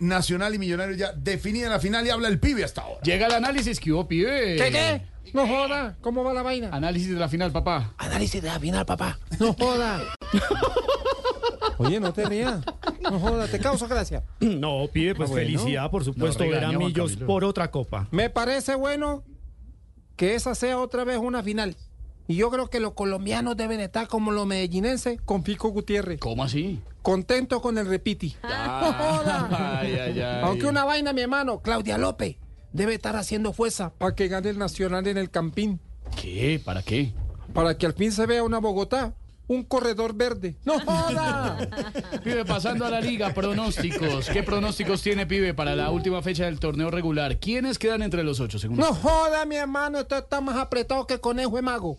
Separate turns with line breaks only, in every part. Nacional y Millonarios ya definida la final y habla el pibe hasta ahora.
Llega el análisis que hubo, pibe.
¿Qué, qué? No joda, ¿cómo va la vaina?
Análisis de la final, papá.
Análisis de la final, papá. No joda. Oye, no te rías. No joda, te causa gracia.
No, pibe, pues
Ah, bueno.
felicidad, por supuesto,
No,
ver a
regañó Juan
Millos
Camilo.
por otra copa.
Me parece bueno que esa sea otra vez una final. Y yo creo que los colombianos deben estar como los medellinenses con Pico Gutiérrez,
¿Cómo así?
contentos con el repiti. Ah, No joda.
Ay, ay, ay.
Aunque una vaina, mi hermano, Claudia López, debe estar haciendo fuerza para que gane el Nacional en el Campín.
¿Qué? ¿Para qué?
Para que al fin se vea una Bogotá, un corredor verde. ¡No joda!
Pibe, pasando a la liga, pronósticos. ¿Qué pronósticos tiene, pibe, para la última fecha del torneo regular? ¿Quiénes quedan entre los ocho, según
No
usted?
joda, mi hermano, esto está más apretado que conejo de mago.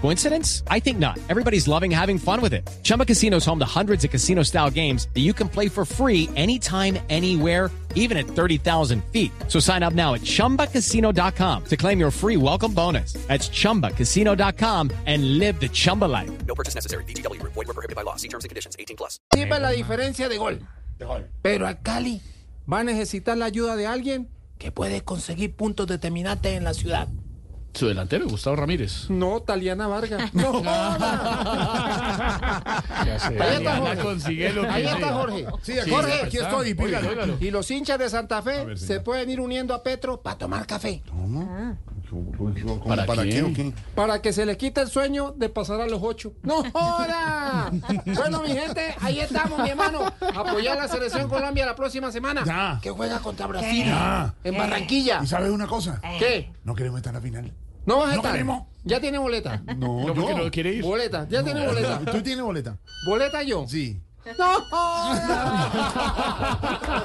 Coincidence? I think not. Everybody's loving having fun with it. Chumba Casino is home to hundreds of casino style games that you can play for free anytime, anywhere, even at 30,000 feet. So sign up now at chumbacasino.com to claim your free welcome bonus. That's chumbacasino.com and live the Chumba life.
sirve la diferencia de gol. Pero al Cali va a necesitar la ayuda de alguien que puede conseguir puntos determinantes en la ciudad.
Su delantero, Gustavo Ramírez.
No, Taliana Vargas. No joda. Ahí está
Mañana
Jorge.
consigue lo que
Ahí está
sea.
Jorge.
Sí, aquí,
Jorge,
aquí estoy, pibe.
Óigalo, óigalo.
Y los hinchas de Santa Fe se pueden ir uniendo a Petro para tomar café.
¿Cómo,
¿Para qué?
o qué?
Para que se le quite el sueño de pasar a los ocho. ¡No joda! bueno, mi gente, ahí estamos, mi hermano. Apoyar a la selección Colombia la próxima semana.
Ya.
Que juega contra Brasil.
Ya.
En Barranquilla.
¿Y sabes una cosa?
¿Qué?
No queremos estar en la final.
¿No vas a
No
estar?
queremos.
Ya tiene boleta.
No,
No,
yo.
porque no quiere ir.
Boleta. Ya tiene boleta.
¿Tú tienes boleta?
¿Boleta yo?
Sí.
¡No joda!